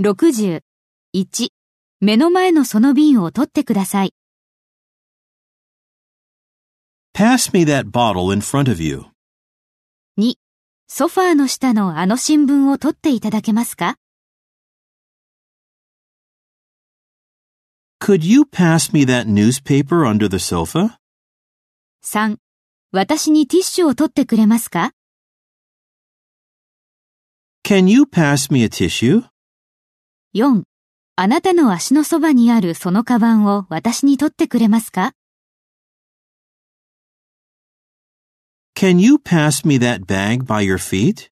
60.1. 目の前のその瓶を取ってください。 Pass me that bottle in front of you. 2. ソファーの下のあの新聞を取っていただけますか Could you pass me that newspaper under the sofa? ?3. 私にティッシュを取ってくれますか Can you pass me a tissue? ?4. あなたの足のそばにあるそのカバンを私に取ってくれますか Can you pass me that bag by your feet?